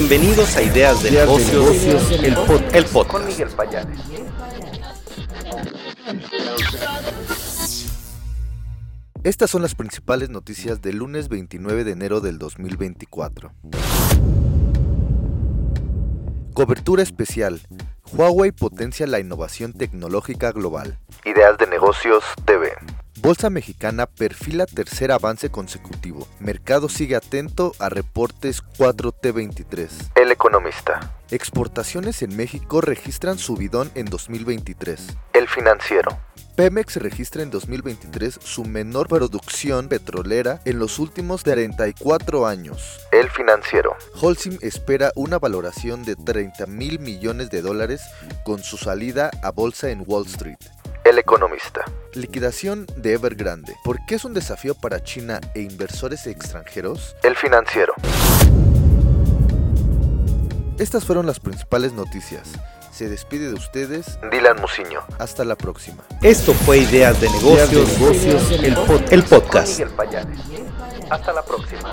Bienvenidos a Ideas de Ideas de Negocios, Negocios, el, el pod- el podcast. Estas son las principales noticias del lunes 29 de enero del 2024. Cobertura especial. Huawei potencia la innovación tecnológica global. Ideas de negocios TV. Bolsa mexicana perfila tercer avance consecutivo. Mercado sigue atento a reportes 4T23. El economista. Exportaciones en México registran subidón en 2023. El financiero. Pemex registra en 2023 su menor producción petrolera en los últimos 34 años. El financiero. Holcim espera una valoración de 30 mil millones de dólares con su salida a bolsa en Wall Street. El economista. Liquidación de Evergrande. ¿Por qué es un desafío para China e inversores extranjeros? El financiero. Estas fueron las principales noticias. Se despide de ustedes Dylan Musiño. Hasta la próxima. Esto fue Ideas de Negocios, Negocios, el, pod- el podcast. Hasta la próxima.